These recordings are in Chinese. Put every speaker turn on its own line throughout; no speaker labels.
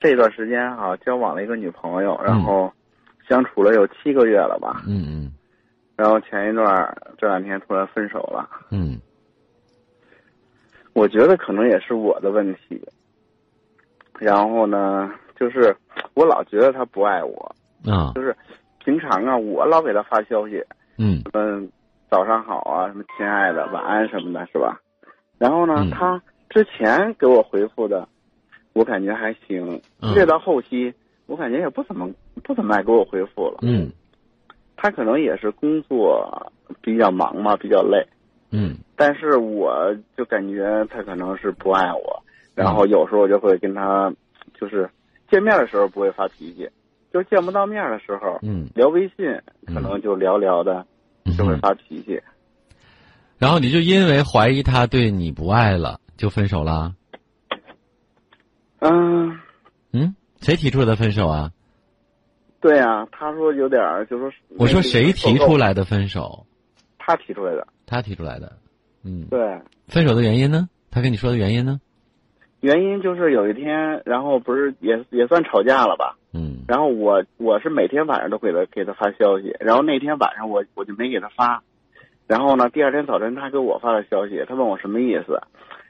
这段时间哈、交往了一个女朋友，然后相处了有七个月了吧，
嗯
然后前一段儿这两天突然分手了，
嗯嗯，
我觉得可能也是我的问题。然后呢，就是我老觉得他不爱我，
啊，
就是平常啊，我老给他发消息，
嗯
嗯，早上好啊，什么亲爱的，晚安什么的，是吧？然后呢，
嗯
他之前给我回复的，我感觉还行，
嗯
越到后期，我感觉也不怎么不怎么爱给我回复了。
嗯
他可能也是工作比较忙嘛，比较累，
嗯
但是我就感觉他可能是不爱我，
嗯
然后有时候我就会跟他，就是见面的时候不会发脾气，就见不到面的时候
嗯
聊微信，可能就聊聊的就会
嗯，
发脾气。
然后你就因为怀疑他对你不爱了，就分手啦？
嗯，
嗯，谁提出的分手啊？
对啊，他说有点儿，就说
我说谁提
那个
出来的分手？
他提出来的，
他提出来的。嗯，
对，
分手的原因呢？他跟你说的原因呢？
原因就是有一天，然后不是也也算吵架了吧？
嗯
然后我我是每天晚上都给他给他发消息，然后那天晚上我我就没给他发，然后呢，第二天早晨他给我发了消息，他问我什么意思，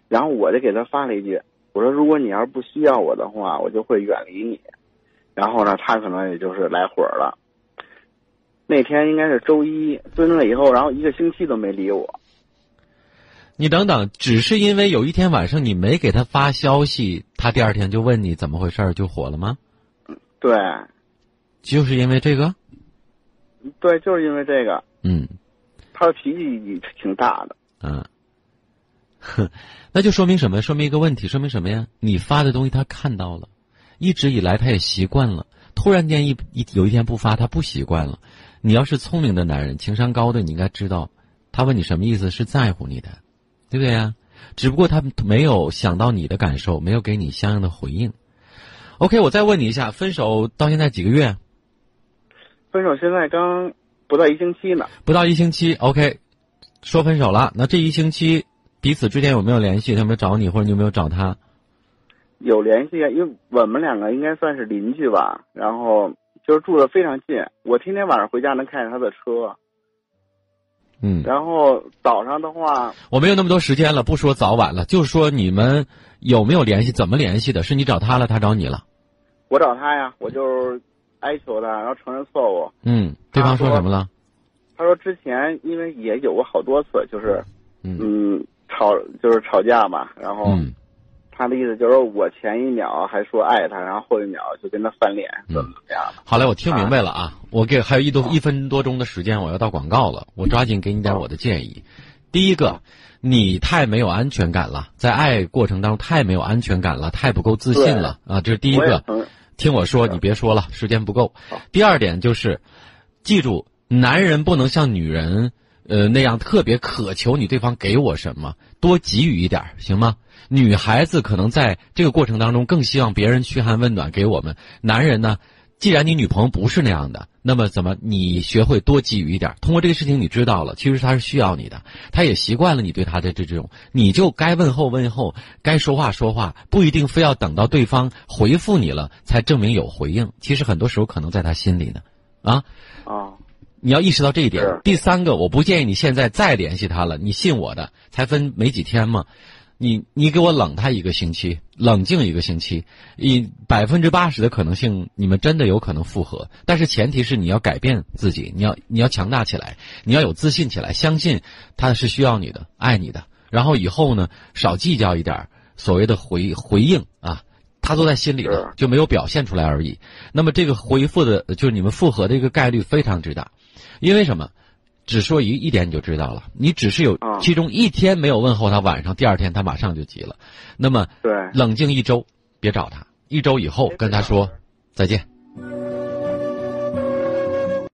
然后我就给他发了一句，我说如果你要是不需要我的话，我就会远离你，然后呢，他可能也就是来火了。那天应该是周一，分了以后，然后一个星期都没理我。
你等等，只是因为有一天晚上你没给他发消息，他第二天就问你怎么回事儿就火了吗？
对，
就是因为这个？
对，就是因为这个，
嗯
他的脾气挺大的。
啊， 哼，那就说明什么？说明一个问题，说明什么呀？你发的东西他看到了，一直以来他也习惯了，突然间一一有一天不发，他不习惯了。你要是聪明的男人，情商高的，你应该知道，他问你什么意思是在乎你的，对不对呀？只不过他没有想到你的感受，没有给你相应的回应。OK，我再问你一下，分手到现在几个月？
分手现在刚不到一星期呢，
不到一星期，OK，说分手了。那这一星期彼此之间有没有联系？他有没有找你，或者你有没有找他？
有联系，因为我们两个应该算是邻居吧，然后就是住的非常近，我天天晚上回家能看见他的车，
嗯，
然后早上的话，
我没有那么多时间了，不说早晚了，就说你们有没有联系，怎么联系的？是你找他了，他找你了？
我找他呀，我就是哀求他，然后承认错误。
嗯，对方说什么了？
他说之前因为也有过好多次，就是
嗯
嗯吵就是吵架嘛，然后
嗯
他的意思就是我前一秒还说爱他，然后后一秒就跟他翻脸，
嗯
怎么怎么样的。
好嘞，我听明白了啊！我给还有一多一分多钟的时间，我要到广告了，我抓紧给你点我的建议。第一个，你太没有安全感了，在爱过程当中太没有安全感了，太不够自信了啊！这是第一
我也
个。
曾
听我说，你别说了，时间不够
好。
第二点就是，记住，男人不能像女人，呃那样特别渴求你对方给我什么，多给予一点儿，行吗？女孩子可能在这个过程当中更希望别人嘘寒问暖给我们，男人呢，既然你女朋友不是那样的，那么怎么你学会多给予一点儿？通过这个事情，你知道了，其实她是需要你的，她也习惯了你对她的这这种，你就该问候问候，该说话说话，不一定非要等到对方回复你了才证明有回应。其实很多时候可能在他心里呢，啊，
啊，
你要意识到这一点
是。
第三个，我不建议你现在再联系他了。你信我的，才分没几天嘛，你你给我冷他一个星期，冷静一个星期，以百分之八十的可能性，你们真的有可能复合。但是前提是你要改变自己，你要你要强大起来，你要有自信起来，相信他是需要你的，爱你的。然后以后呢，少计较一点儿所谓的回回应啊，他都在心里了
是，
就没有表现出来而已。那么这个回复的，就是你们复合的一个概率非常之大，因为什么？只说一一点你就知道了，你只是有
啊
其中一天没有问候他，晚上第二天他马上就急了。那么
对。
冷静一周，别找他，一周以后跟他说再见。